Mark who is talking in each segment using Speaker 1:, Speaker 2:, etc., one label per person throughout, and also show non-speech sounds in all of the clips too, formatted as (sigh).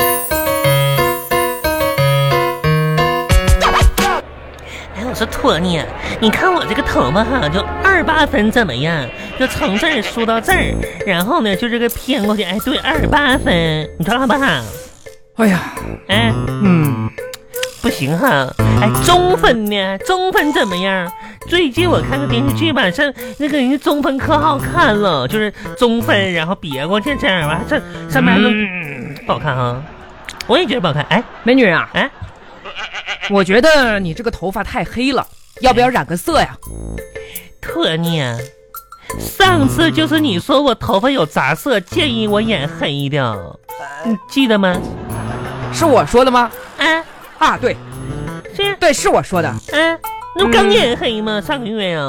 Speaker 1: 哎活呢。啊你看我这个头发哈，就二八分怎么样？就从这儿梳到这儿，然后呢就这个偏过去，哎，对，二八分，你看好不好？
Speaker 2: 哎呀，
Speaker 1: 哎，
Speaker 2: 嗯，
Speaker 1: 不行哈，哎，中分呢？中分怎么样？最近我看个电视剧吧，像那个人家中分可好看了，就是中分，然后别过去这样吧，这上
Speaker 2: 嗯
Speaker 1: 面还弄不好看啊。我也觉得不好看，哎
Speaker 2: 美女啊，
Speaker 1: 哎，
Speaker 2: 我觉得你这个头发太黑了，要不要染个色呀？
Speaker 1: 特尼，上次就是你说我头发有杂色，建议我染黑的，你记得吗？
Speaker 2: 是我说的吗？
Speaker 1: 哎啊，
Speaker 2: 啊，对
Speaker 1: 是
Speaker 2: 对，是我说的。
Speaker 1: 啊，那不刚染黑吗？上个月啊呀，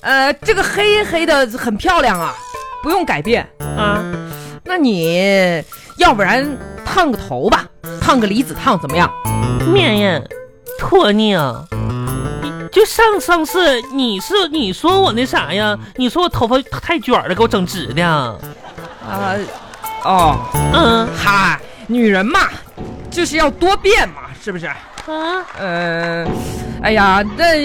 Speaker 2: 呃，这个黑黑的很漂亮啊，不用改变。
Speaker 1: 啊，
Speaker 2: 那你要不然烫个头吧，烫个离子烫怎么样？
Speaker 1: 面呀，托尼啊。你就上上次你是你说我那啥呀？你说我头发太卷了，给我整直的。
Speaker 2: 啊、哦，
Speaker 1: 嗯
Speaker 2: 嗨，女人嘛，就是要多变嘛，是不是？
Speaker 1: 啊，
Speaker 2: 呃，哎呀，那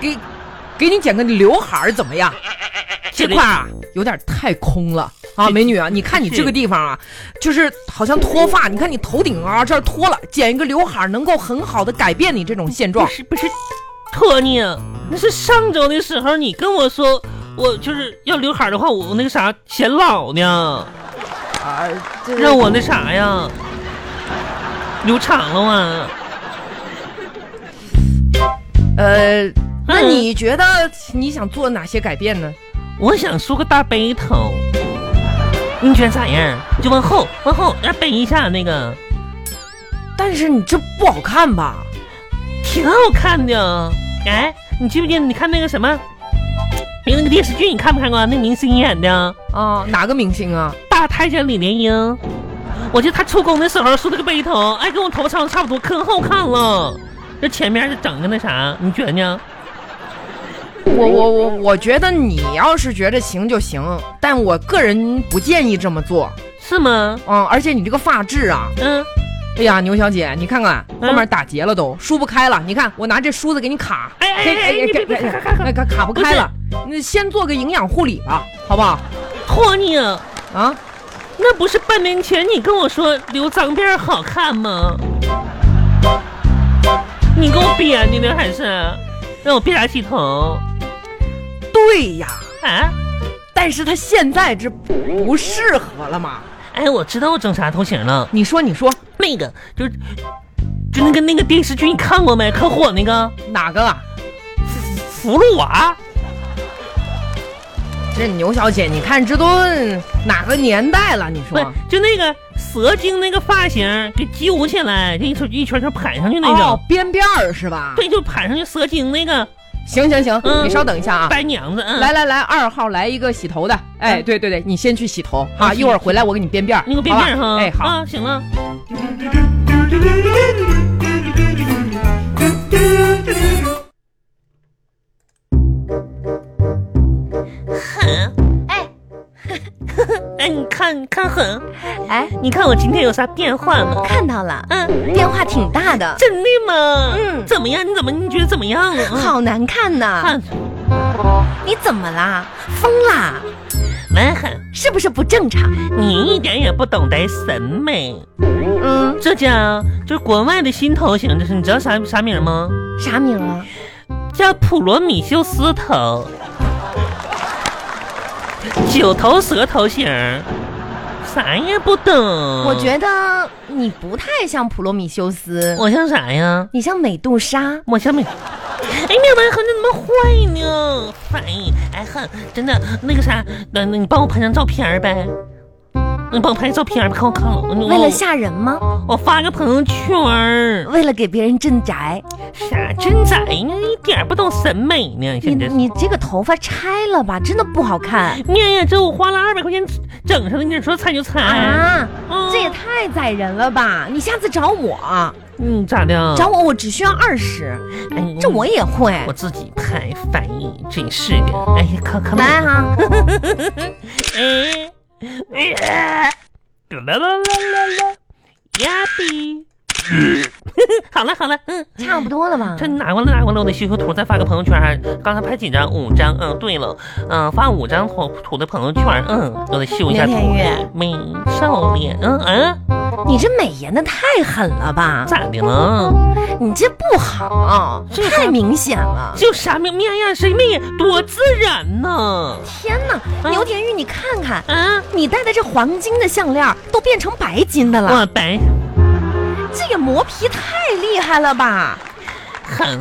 Speaker 2: 给给你剪个刘海儿怎么样？这块儿啊，有点太空了啊，
Speaker 1: 是
Speaker 2: 美女啊，你看你这个地方啊，就是好像脱发，你看你头顶啊这儿脱了，剪一个刘海儿能够很好的改变你这种现
Speaker 1: 不
Speaker 2: 状。
Speaker 1: 是不是，托尼，啊那是上周的时候你跟我说，我就是要刘海儿的话，我那个啥显老呢。
Speaker 2: 啊，这
Speaker 1: 让我那啥呀，留长了嘛？
Speaker 2: 呃，那
Speaker 1: 嗯
Speaker 2: 你觉得你想做哪些改变呢？
Speaker 1: 我想梳个大背头，你觉得咋样？就往后往后再背一下那个，
Speaker 2: 但是你这不好看吧？
Speaker 1: 挺好看的。哎，你记不记得你看那个什么，那个电视剧你看没看过？那明星演的
Speaker 2: 啊，哪个明星啊？
Speaker 1: 大太监李莲英，我记得她出宫的时候梳了个背头，哎，跟我头发长得差不多，可好看了。这前面就整个那啥，你觉得呢？
Speaker 2: 我我我我觉得你要是觉得行就行，但我个人不建议这么做。
Speaker 1: 是吗？
Speaker 2: 嗯，而且你这个发质啊，
Speaker 1: 嗯，
Speaker 2: 哎呀，牛小姐，你看看
Speaker 1: 嗯
Speaker 2: 后面打结了都，梳不开了。你看我拿这梳子给你卡，
Speaker 1: 哎哎哎哎你别别别卡卡卡
Speaker 2: 哎卡卡不开了。那先做个营养护理吧，好不好？
Speaker 1: 托尼啊。
Speaker 2: 啊，
Speaker 1: 那不是半年前你跟我说留脏辫儿好看吗？你给我编的呢，还是让我别啥洗头
Speaker 2: 对呀，
Speaker 1: 啊？
Speaker 2: 但是它现在这不适合了嘛？
Speaker 1: 哎，我知道我整啥头型了，
Speaker 2: 你说，你说
Speaker 1: 那个就是就那个那个电视剧你看过没？可火那个
Speaker 2: 哪个？啊？
Speaker 1: 葫芦娃，
Speaker 2: 这牛小姐，你看这都哪个年代了？你
Speaker 1: 不
Speaker 2: 说
Speaker 1: 就那个蛇精那个发型给揪起来，就一圈一圈圈盘上去那种。
Speaker 2: 哦，编辫儿是吧？
Speaker 1: 对，就盘上去蛇精那个
Speaker 2: 行行行，
Speaker 1: 嗯
Speaker 2: 你稍等一下啊。
Speaker 1: 白娘子，嗯，
Speaker 2: 来来来，二号来一个洗头的。哎，
Speaker 1: 嗯
Speaker 2: 对对对，你先去洗头啊，
Speaker 1: 嗯
Speaker 2: 一会儿回来我给你编辫儿，
Speaker 1: 你给我变变
Speaker 2: 好吧
Speaker 1: 哈，
Speaker 2: 哎，好。
Speaker 1: 啊，行了。狠，
Speaker 3: 哎
Speaker 1: 哎，你看，你看狠，
Speaker 3: 哎，
Speaker 1: 你看我今天有啥变化吗？
Speaker 3: 看到了，
Speaker 1: 嗯，
Speaker 3: 变化挺大的，
Speaker 1: 真的吗？
Speaker 3: 嗯
Speaker 1: 怎么样？你怎么？你觉得怎么样啊？
Speaker 3: 好难看呐！
Speaker 1: 看，
Speaker 3: 你怎么啦？疯啦？
Speaker 1: 蛮狠，
Speaker 3: 是不是不正常？
Speaker 1: 你一点也不懂得审美。
Speaker 3: 嗯，
Speaker 1: 这叫就是国外的新头型，就是你知道啥啥名吗？
Speaker 3: 啥名
Speaker 1: 嗯
Speaker 3: 啊？
Speaker 1: 叫普罗米修斯头，九头蛇头型儿，啥也不懂。
Speaker 3: 我觉得你不太像普罗米修斯，
Speaker 1: 我像啥呀？
Speaker 3: 你像美杜莎。
Speaker 1: 我像美。哎，妙白恒，你怎么坏呢？反应，哎哼，真的那个啥，那那你帮我拍张照片儿呗。你帮我拍照片儿呗，看我看我。
Speaker 3: 为了
Speaker 1: 下，
Speaker 3: 吓人吗？
Speaker 1: 我发个朋友圈儿。
Speaker 3: 为了给别人镇宅？
Speaker 1: 啥真宅呢？一点儿不懂审美呢，
Speaker 3: 你
Speaker 1: 现在是。
Speaker 3: 你这个头发拆了吧，真的不好看
Speaker 1: 面呀，这我花了二百块钱整上的，你说裁就裁。
Speaker 3: 啊！
Speaker 1: 嗯
Speaker 3: 这也太宰人了吧！你下次找我，
Speaker 1: 嗯，咋的？
Speaker 3: 找我，我只需要二十，
Speaker 1: 哎
Speaker 3: 这我也会。
Speaker 1: 我自己拍翻译，真是的。哎呀，看看
Speaker 3: 来哈、 (laughs)
Speaker 1: 哎，呃哎呀啦啦啦啦啦，呀比， (laughs) 好了好了，嗯，
Speaker 3: 差不多了吧
Speaker 1: 这？拿过来拿过来，我得修修图，再发个朋友圈儿。刚才拍几张？五张。嗯，对了，嗯，发五张图图的朋友圈儿。嗯，我得修一下图。
Speaker 3: 刘天宇
Speaker 1: 美少年，嗯嗯，
Speaker 3: 你这美颜的太狠了吧？
Speaker 1: 咋的了？
Speaker 3: 你这不好，
Speaker 1: 这个嗯
Speaker 3: 太明显了。
Speaker 1: 就啥面面样谁面眼多自然呢？
Speaker 3: 天哪，
Speaker 1: 嗯
Speaker 3: 牛田玉，你看看，
Speaker 1: 啊，
Speaker 3: 你戴的这黄金的项链都变成白金的了，
Speaker 1: 我白
Speaker 3: 这也磨皮太厉害了吧？
Speaker 1: 很。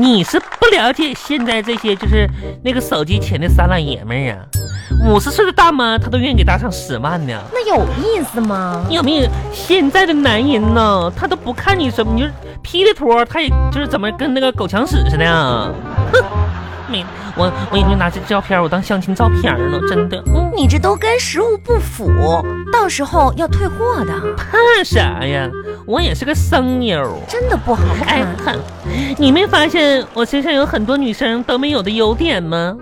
Speaker 1: 你是不了解现在这些就是那个手机前的三老爷们儿啊，五十岁的大妈她都愿意给搭上十万呢。
Speaker 3: 那有意思吗？
Speaker 1: 你有没有现在的男人呢？他都不看你什么，你就是 P 的图，他也就是怎么跟那个狗抢屎似的、啊。哼，没我我也就拿这照片我当相亲照片了，真的。嗯，
Speaker 3: 你这都跟实物不符，到时候要退货的，
Speaker 1: 怕啥呀？我也是个生妞。
Speaker 3: 真的不好
Speaker 1: 哎
Speaker 3: 看。，
Speaker 1: 哼，你没发现我身上有很多女生都没有的优点吗？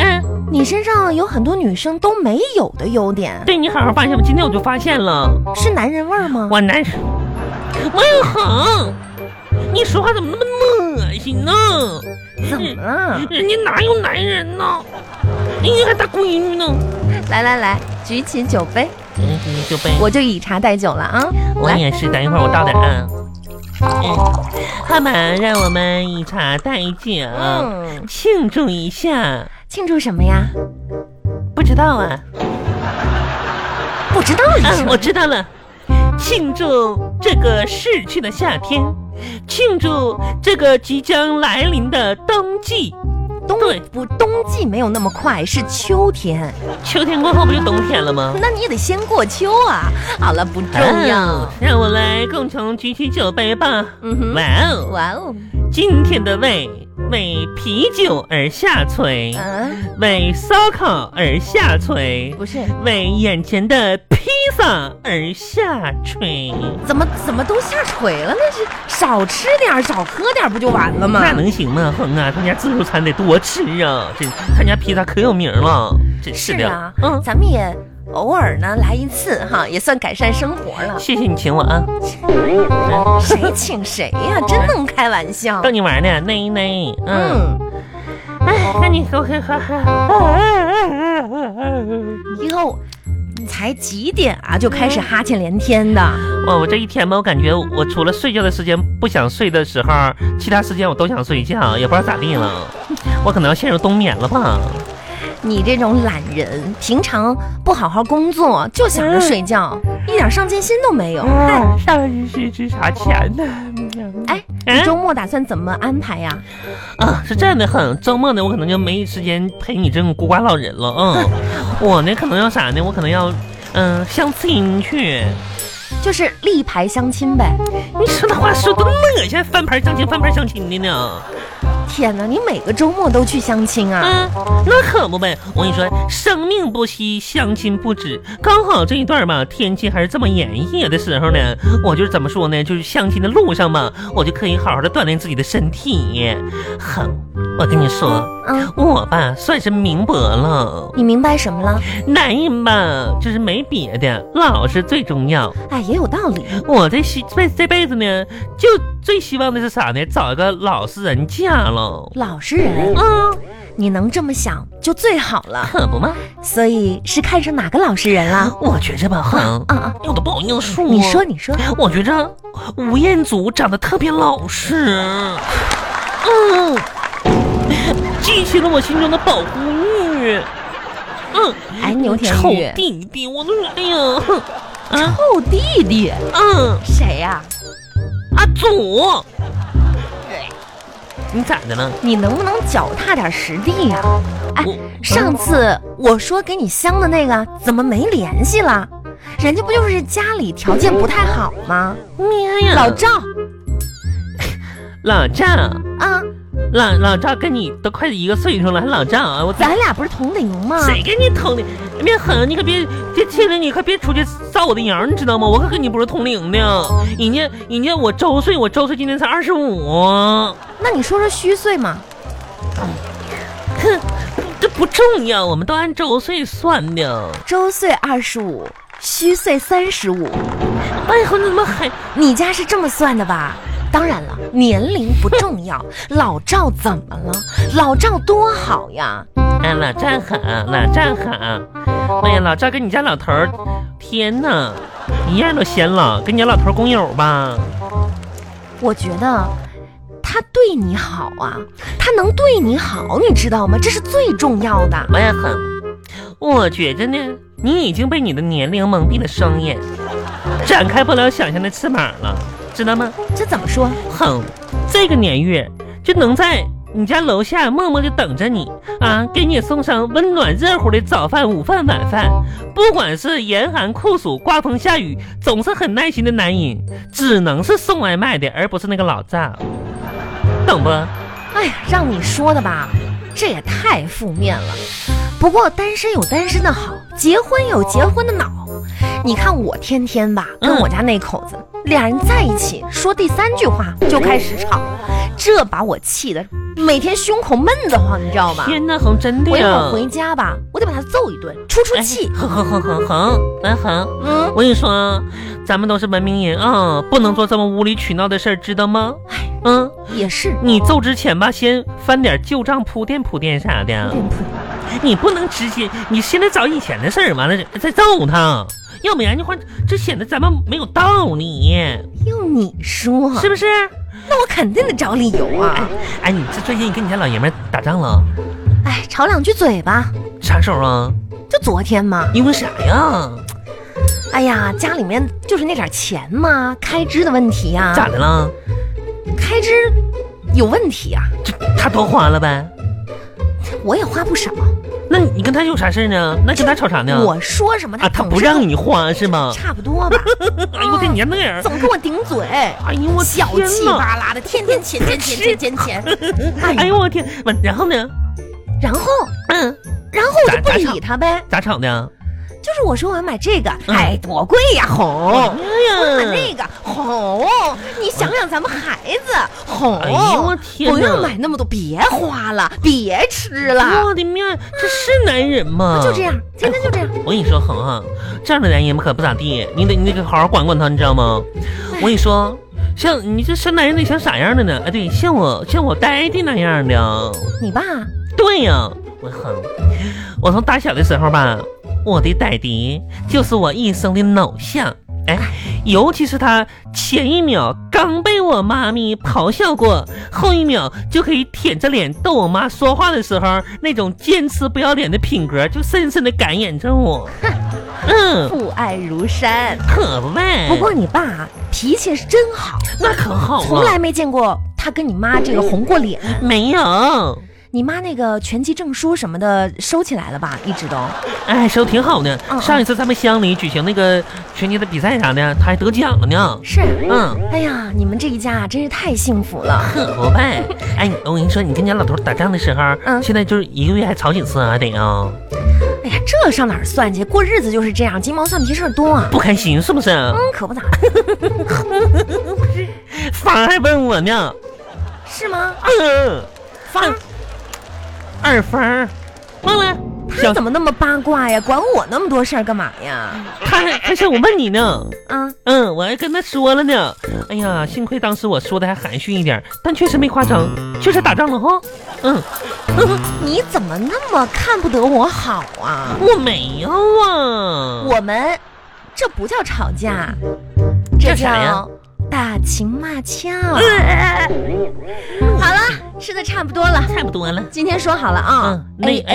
Speaker 1: 嗯，
Speaker 3: 你身上有很多女生都没有的优点，
Speaker 1: 对你好好发现吧，今天我就发现了，
Speaker 3: 是男人味儿吗？
Speaker 1: 我男，我也好。你说话怎么那么恶心呢？
Speaker 3: 怎么了？
Speaker 1: 人家哪有男人呢？人家还大闺女呢。
Speaker 3: 来来来，举起酒杯，
Speaker 1: 嗯，就杯，
Speaker 3: 我就以茶代酒了啊！
Speaker 1: 我
Speaker 3: 来，
Speaker 1: 也是。等一会儿我倒点啊。嗯，好吧，让我们以茶代酒，
Speaker 3: 嗯，
Speaker 1: 庆祝一下。
Speaker 3: 庆祝什么呀？
Speaker 1: 不知道啊，
Speaker 3: 不知道你
Speaker 1: 嗯，我
Speaker 3: 说，
Speaker 1: 知道了，庆祝这个逝去的夏天，庆祝这个即将来临的冬季。
Speaker 3: 冬
Speaker 1: 对
Speaker 3: 不冬季没有那么快，是秋天，
Speaker 1: 秋天过后不就冬天了吗？
Speaker 3: 那你也得先过秋啊。好了，不重要
Speaker 1: 啊。让我来共同举起酒杯吧。
Speaker 3: 嗯哼，
Speaker 1: 哇哦！
Speaker 3: 哇哦，
Speaker 1: 今天的胃为啤酒而下垂，
Speaker 3: 嗯，
Speaker 1: 为烧烤而下垂，
Speaker 3: 不是，
Speaker 1: 为眼前的披萨而下垂。
Speaker 3: 怎么怎么都下垂了？那是少吃点儿，少喝点儿，不就完了吗
Speaker 1: 那？能行吗？哼啊，他家自助餐得多吃啊！这他家披萨可有名了，真是
Speaker 3: 是
Speaker 1: 的。
Speaker 3: 啊，
Speaker 1: 嗯，
Speaker 3: 咱们也偶尔呢来一次哈，也算改善生活了。
Speaker 1: 谢谢你请我啊，
Speaker 3: 谁请谁
Speaker 1: (laughs)
Speaker 3: 呀、真能开玩笑
Speaker 1: 逗。你玩呢，内内。嗯，
Speaker 3: 嗯，
Speaker 1: 哎，那你给我喝喝喝。
Speaker 3: 哟，你才几点啊就开始哈欠连天的？
Speaker 1: 我我这一天吧，我感觉我除了睡觉的时间不想睡的时候，其他时间我都想睡觉，也不知道咋地 (laughs) 了，我可能要陷入冬眠了吧？
Speaker 3: 你这种懒人，平常不好好工作，就想着睡觉，
Speaker 1: 嗯
Speaker 3: 一点上进心都没有。嗨，
Speaker 1: 啊，上一是值啥钱呢？
Speaker 3: 哎，
Speaker 1: 哎
Speaker 3: 你周末打算怎么安排呀？
Speaker 1: 啊，是这样的很，周末呢，我可能就没时间陪你这种孤寡老人了。嗯，我呢可能要啥呢？我可能要嗯、相亲去。
Speaker 3: 就是立牌相亲呗。
Speaker 1: 你说那话说多恶心，翻牌相亲，翻牌相亲的呢。
Speaker 3: 天哪，你每个周末都去相亲啊？
Speaker 1: 嗯，那可不呗！我跟你说，生命不息，相亲不止。刚好这一段吧，天气还是这么炎热的时候呢，我就是怎么说呢？就是相亲的路上吧，我就可以好好的锻炼自己的身体。哼，我跟你说，
Speaker 3: 嗯，
Speaker 1: 我吧算是明白了，
Speaker 3: 你明白什么了？
Speaker 1: 男人吧就是没别的，老实最重要。
Speaker 3: 哎，也有道理。
Speaker 1: 我这希这这辈子呢，就最希望的是啥呢？找一个老实人家喽。
Speaker 3: 老实人，
Speaker 1: 嗯，
Speaker 3: 你能这么想就最好了。
Speaker 1: 可不嘛，
Speaker 3: 所以是看上哪个老实人了？
Speaker 1: 我觉着吧，哼。
Speaker 3: 啊啊，
Speaker 1: 我都不好意思说。
Speaker 3: 你说，你说，
Speaker 1: 我觉着吴彦祖长得特别老实，嗯，激起了我心中的保护欲。嗯，
Speaker 3: 哎，牛田
Speaker 1: 臭
Speaker 3: 玉，
Speaker 1: 弟弟，我都哎呀，哼啊，
Speaker 3: 臭弟弟，
Speaker 1: 嗯，
Speaker 3: 谁呀、
Speaker 1: 阿祖，你咋的了？
Speaker 3: 你能不能脚踏点实地呀、哎
Speaker 1: 我，
Speaker 3: 上次我说给你相的那个，怎么没联系了？人家不就是家里条件不太好吗？
Speaker 1: 咩呀，
Speaker 3: 老赵
Speaker 1: 老赵，
Speaker 3: 啊，
Speaker 1: 老老赵跟你都快一个岁数了，还老赵啊？我
Speaker 3: 咱俩不是同龄吗？
Speaker 1: 谁跟你同龄？别狠，你可别别气了，你可别出去造我的谣，你知道吗？我可跟你不是同龄的，人家人家我周岁，我周岁今年才二十五，
Speaker 3: 那你说说虚岁嘛？
Speaker 1: 这不重要，我们都按周岁算的。
Speaker 3: 周岁二十五，虚岁三十五。
Speaker 1: 哎呦，你怎么还
Speaker 3: 你家是这么算的吧？当然了，年龄不重 (laughs) 要，老赵怎么了？老赵多好呀！
Speaker 1: 哎，老丈好，老丈好！哎呀，老赵跟你家老头儿，天哪，一样都显老，跟你家老头儿工友吧？
Speaker 3: 我觉得他对你好啊，他能对你好，你知道吗？这是最重要的。
Speaker 1: 我也很，我觉着呢，你已经被你的年龄蒙蔽了双眼，展开不了想象的翅膀了，知道吗？
Speaker 3: 这怎么说？
Speaker 1: 哼，这个年月就能在你家楼下默默的等着你啊，给你送上温暖热乎的早饭、午饭、晚饭。不管是严寒酷暑、刮风下雨，总是很耐心的男人，只能是送外卖的，而不是那个老丈，懂不？
Speaker 3: 哎呀，让你说的吧，这也太负面了。不过单身有单身的好，结婚有结婚的恼。你看我天天吧，
Speaker 1: 嗯
Speaker 3: 跟我家那口子、俩人在一起，说第三句话就开始吵，这把我气的每天胸口闷得慌，你知道吗？
Speaker 1: 天啊哪，红真的
Speaker 3: 我一会儿
Speaker 1: 呀！哎
Speaker 3: 回家吧，我得把他揍一顿，出出气。
Speaker 1: 哼哼哼哼哼，哎哼，
Speaker 3: 嗯，
Speaker 1: 我跟你说啊，咱们都是文明人啊，不能做这么无理取闹的事儿，知道吗？嗯，
Speaker 3: 也是。
Speaker 1: 你揍之前吧，先翻点旧账铺垫铺垫啥的。你不能直接，你现在找以前的事儿，完了再揍他，要不然的话，这显得咱们没有道理，
Speaker 3: 用你说，
Speaker 1: 是不是？
Speaker 3: 那我肯定得找理由啊。
Speaker 1: 哎，你这最近跟你家老爷们儿打仗了？
Speaker 3: 哎，吵两句嘴吧，
Speaker 1: 啥时候啊？
Speaker 3: 就昨天嘛。
Speaker 1: 因为啥呀？
Speaker 3: 哎呀，家里面就是那点钱嘛，开支的问题呀、
Speaker 1: 咋的了？
Speaker 3: 开支有问题呀、
Speaker 1: 他多花了呗？
Speaker 3: 我也花不少。
Speaker 1: 那你跟他有啥事儿呢？那跟他吵啥呢？
Speaker 3: 我说什么
Speaker 1: 啊，他
Speaker 3: 总
Speaker 1: 不
Speaker 3: 是
Speaker 1: 让
Speaker 3: 跟
Speaker 1: 你花是吗？
Speaker 3: 差不多吧，
Speaker 1: (laughs) 哎呦，我天，你家那人儿，
Speaker 3: 总跟我顶嘴，
Speaker 1: 哎呦我
Speaker 3: 啊小
Speaker 1: 天
Speaker 3: 气
Speaker 1: 呐！
Speaker 3: 巴拉的，天天钱钱钱钱钱钱。
Speaker 1: (laughs) 哎
Speaker 3: 哎
Speaker 1: 呦
Speaker 3: 呦，
Speaker 1: 我天，完然后呢？
Speaker 3: 然后
Speaker 1: 嗯，
Speaker 3: 然后我就
Speaker 1: 咋
Speaker 3: 不
Speaker 1: 咋
Speaker 3: 理他呗，
Speaker 1: 咋吵的？
Speaker 3: 就是我说我要买这个，
Speaker 1: 嗯
Speaker 3: 哎，多贵呀，
Speaker 1: 哎
Speaker 3: 红。买
Speaker 1: 呀
Speaker 3: 那个红，你想想咱们孩子红，
Speaker 1: 哎呦我天
Speaker 3: 不
Speaker 1: 哪
Speaker 3: 用买那么多，别花了，别吃了，
Speaker 1: 我的面，这是男人吗？哎
Speaker 3: 就这样，天天就这样。
Speaker 1: 我跟你说，恒恒，这样的男人可不咋地，你得你得好好管管他，你知道吗？我跟你说，像你这生男人得像啥样的呢？哎，对，像我像我呆的那样的。
Speaker 3: 你爸
Speaker 1: 对呀、我恒，我从打小的时候吧，我的呆迪就是我一生的偶像。哎，尤其是他前一秒刚被我妈咪咆哮过，后一秒就可以舔着脸逗我妈说话的时候，那种坚持不要脸的品格，就深深的感染着
Speaker 3: (laughs)
Speaker 1: 我。嗯，
Speaker 3: 父爱如山，
Speaker 1: 可不呗。
Speaker 3: 不过你爸脾气是真好，
Speaker 1: 嗯那可好
Speaker 3: 从
Speaker 1: 了，
Speaker 3: 来没见过他跟你妈这个红过脸。
Speaker 1: 没有。
Speaker 3: 你妈那个拳击证书什么的收起来了吧？一直都。
Speaker 1: 哎，收挺好的。
Speaker 3: 嗯
Speaker 1: 上一次咱们乡里举行那个拳击的比赛啥的，他还得奖了呢。
Speaker 3: 是。
Speaker 1: 嗯，
Speaker 3: 哎呀，你们这一家真是太幸福了。
Speaker 1: 可不呗。哎，我跟你说，你跟人家老头打仗的时候，
Speaker 3: 嗯
Speaker 1: 现在就是一个月还吵几次啊？得啊，
Speaker 3: 哎呀，这上哪儿算去？过日子就是这样，鸡毛蒜皮事儿多啊。
Speaker 1: 不开心是不是？
Speaker 3: 嗯，可不咋， (laughs)
Speaker 1: 反而还问我呢。
Speaker 3: 是
Speaker 1: (laughs)
Speaker 3: 吗？
Speaker 1: 嗯，
Speaker 3: 芳，
Speaker 1: 二芳，忘了。
Speaker 3: 他怎么那么八卦呀？管我那么多事儿干嘛呀？
Speaker 1: 他还还向我问你呢。
Speaker 3: 啊， (laughs)
Speaker 1: 嗯，我还跟他说了呢。哎呀，幸亏当时我说的还含蓄一点，但确实没夸张，确实打仗了哈。嗯，
Speaker 3: 你怎么那么看不得我好啊？
Speaker 1: 我没有啊。
Speaker 3: 我们这不叫吵架，
Speaker 1: 这
Speaker 3: 这
Speaker 1: 啥呀
Speaker 3: 叫打情骂
Speaker 1: (laughs)
Speaker 3: 俏。好了，吃的差不多了，
Speaker 1: 差不多了。
Speaker 3: 今天说好了啊
Speaker 1: 嗯，那
Speaker 3: ，A
Speaker 1: 哎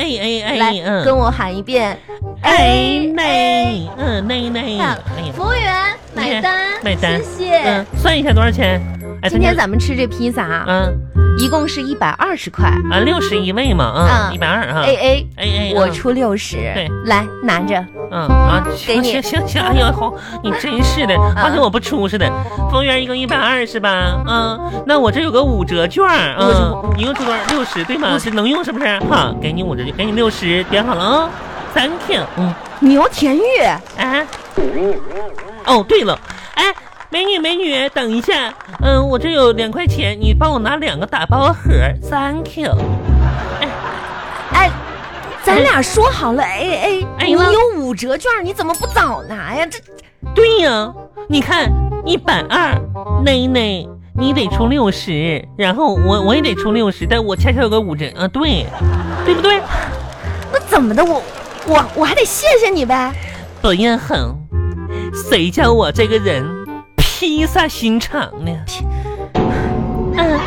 Speaker 1: 哎 哎哎
Speaker 3: 来
Speaker 1: 哎，嗯，
Speaker 3: 跟我喊一遍
Speaker 1: 哎内，嗯内内，
Speaker 3: 啊
Speaker 1: 哎呀
Speaker 3: 服务员买单，
Speaker 1: (laughs) 买单
Speaker 3: 谢谢
Speaker 1: 嗯。，算一下多少钱？哎，
Speaker 3: 今天
Speaker 1: 咱
Speaker 3: 咱们吃这披萨啊，
Speaker 1: 嗯
Speaker 3: 一共是一百二十块
Speaker 1: 啊六十一位嘛，啊
Speaker 3: 啊
Speaker 1: 一百二哈。
Speaker 3: ，A A，
Speaker 1: 哎哎，
Speaker 3: 我
Speaker 1: 嗯
Speaker 3: 出六十
Speaker 1: 对，
Speaker 3: 来拿着。
Speaker 1: 嗯啊，
Speaker 3: 给
Speaker 1: 行
Speaker 3: 你
Speaker 1: 行
Speaker 3: 嗯
Speaker 1: 行行，哎呦，好，你真是的，好像我不出似的。服务员一共一百二是吧？嗯，那我这有个五折券儿，嗯，一共出多少？六十对吗？这能用是不是？哈，给你五折，给你六十，点好了啊、Thank you，嗯
Speaker 3: 牛田玉，
Speaker 1: 啊，哦对了，哎，美女美女，等一下，嗯，我这有两块钱，你帮我拿两个打包盒，Thank you。
Speaker 3: 哎，咱俩说好了 A A，、
Speaker 1: 哎
Speaker 3: 你
Speaker 1: 呦
Speaker 3: 有五折券，你怎么不早拿呀？这
Speaker 1: 对呀、你看一百二，内内你得出六十，然后我我也得出六十，但我恰恰有个五折啊，对，对不对？
Speaker 3: 那怎么的？我我我还得谢谢你呗。
Speaker 1: 不要狠，谁叫我这个人披萨心肠呢？嗯、